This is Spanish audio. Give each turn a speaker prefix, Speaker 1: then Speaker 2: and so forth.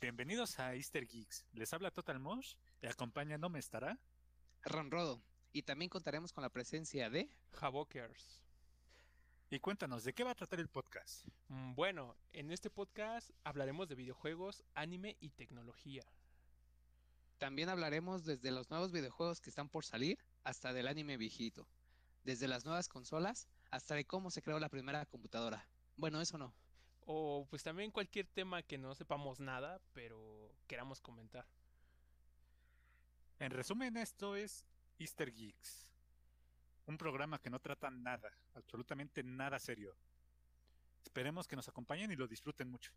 Speaker 1: Bienvenidos a Easter Geeks. Les habla Total Mosh. Acompaña no me estará.
Speaker 2: Ron Rodo. Y también contaremos con la presencia de.
Speaker 3: Havokers.
Speaker 1: Y cuéntanos, ¿de qué va a tratar el podcast?
Speaker 3: Mm, Bueno, en este podcast hablaremos de videojuegos, anime y tecnología.
Speaker 2: También hablaremos desde los nuevos videojuegos que están por salir hasta del anime viejito. Desde las nuevas consolas hasta de cómo se creó la primera computadora. Bueno, eso no.
Speaker 3: O pues también cualquier tema que no sepamos nada, pero queramos comentar.
Speaker 1: En resumen, esto es Easter Geeks. Un programa que no trata nada, absolutamente nada serio. Esperemos que nos acompañen y lo disfruten mucho.